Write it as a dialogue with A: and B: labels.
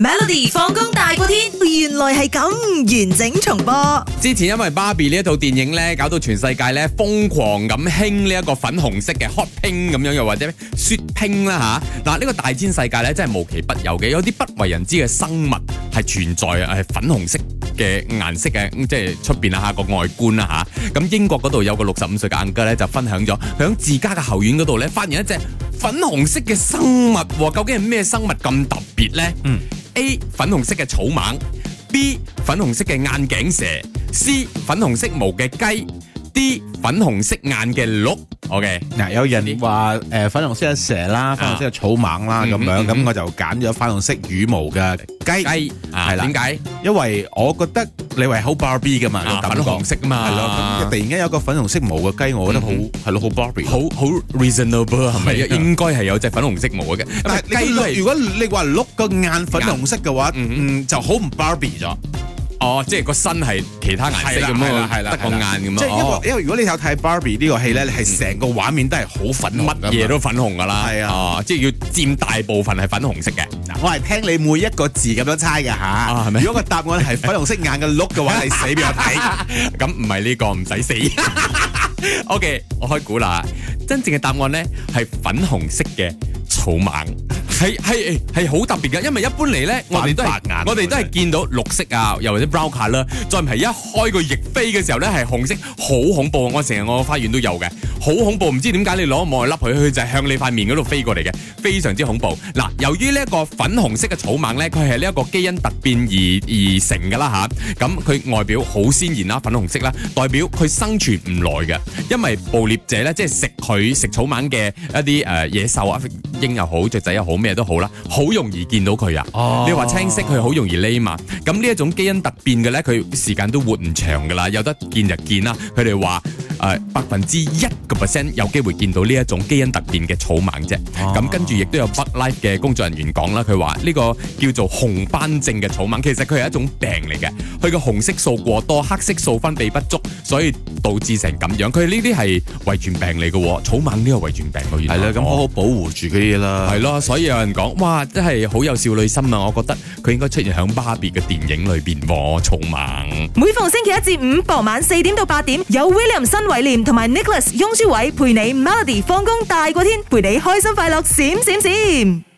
A: Melody 放工大過天，原來係咁完整重播。
B: 之前因為芭比呢一套電影咧，搞到全世界咧瘋狂咁興呢一個粉紅色嘅 hot pink 咁樣，又或者雪 pink 啦吓。嗱、呢、個大千世界咧真係無奇不有嘅，有啲不為人知嘅生物係存在誒粉紅色嘅顏色嘅，嗯即係出邊啦嚇個外觀啦吓。咁英國嗰度有個六十五歲嘅 uncle 咧就分享咗，響自家嘅後院嗰度咧發現一隻粉紅色嘅生物喎，究竟係咩生物咁特別咧？
C: 嗯
B: A 粉紅色嘅草蜢，B 粉紅色嘅眼鏡蛇，C 粉紅色毛嘅雞，D 粉紅色眼嘅鹿。OK，
C: 嗱，有人話誒粉紅色嘅蛇啦，粉紅色嘅草蜢啦
B: 嗯
C: 咁樣，
B: 嗯嗯
C: 咁我就揀咗粉紅色羽毛嘅雞，
B: 雞啊，
C: 係啦
B: 點解
C: 因為我覺得你係好 Barbie 噶嘛，
B: 啊
C: 個
B: 粉
C: 感覺
B: 紅色嘛？
C: 係咯，咁突然間有個粉紅色毛嘅雞，我覺得好係咯，好 Barbie。
B: 好好 reasonable 係咪？
C: 係啊
B: 應該係有隻粉紅色毛嘅，
C: 但
B: 因為
C: 係
B: 雞
C: 雞
B: 都
C: 都係，
B: 係
C: 如果你話碌個眼粉紅色嘅話，
B: 嗯
C: 嗯就好唔 Barbie 咗。
B: 哦，即係個身係其他顏
C: 係
B: 色
C: 啦，
B: 咁
C: 係啦，
B: 樣，
C: 係啦，
B: 得個
C: 係啦
B: 眼咁
C: 即係因
B: 樣哦
C: 為，因為如果你有睇 Barbie 呢個戲咧，你係成個畫面都係好粉紅
B: 哦
C: 㗎嘛
B: 乜嘢都粉紅噶啦，
C: 係啊
B: 哦，即係要佔大部分係粉紅 色嘅。
C: 嗱，我係聽你每一個字咁樣猜嘅
B: 啊
C: 吓
B: 係。咩
C: 如果個答案係粉紅色 眼嘅碌嘅話，你死俾我睇。
B: 哎咁唔係呢個唔使死。OK，我開估啦，真正嘅答案呢係粉紅色嘅草蜢，係係係好特別嘅，因為一般嚟呢，我哋都係
C: 反白眼
B: 我哋都係見到綠色啊，又或者 brown colour 啦，再唔係一開個翼飛嘅時候呢，係紅色，好恐怖。我成日我花園都有嘅，好恐怖，唔知點解你攞望去笠佢，佢就係向你塊面嗰度飛過嚟嘅，非常之恐怖。嗱，由於呢一個粉紅色嘅草蜢呢，佢係呢一個基因突變而而成㗎啦吓，咁佢外表好鮮豔啦，粉紅色啦，代表佢生存唔耐嘅，因為捕獵者呢，即係食佢食草蜢嘅一啲誒、呃野獸啊，鷹又好，雀仔又好，咩都好啦，好容易見到佢啊。
C: 哦
B: 你話青色佢好容易匿嘛？咁呢一種基因突變嘅咧，佢時間都活唔長噶啦，有得見就見啦。佢哋話誒百分之一個 percent 有機會見到呢一種基因突變嘅草蜢啫。
C: 哦
B: 咁跟住亦都有 Bug Life 嘅工作人員講啦，佢話呢個叫做紅斑症嘅草蜢，其實佢係一種病嚟嘅，佢嘅紅色素過多，黑色素分泌不足，所以導致成咁樣。佢呢啲係遺傳病嚟嘅喎，草蜢呢個遺傳病喎。原來哦
C: 係啦，哦咁好好保護住佢啲啦
B: 係。咯，所以有人講，哇，真係好有少女心啊！我覺得佢應該出現喺芭比嘅電影裏邊喎，草蜢。
A: 每逢星期一至五傍晚四點到八點，有 William 新偉廉同埋 Nicholas 雍舒偉陪你 Melody 放工大過天，陪你開心快樂閃閃閃。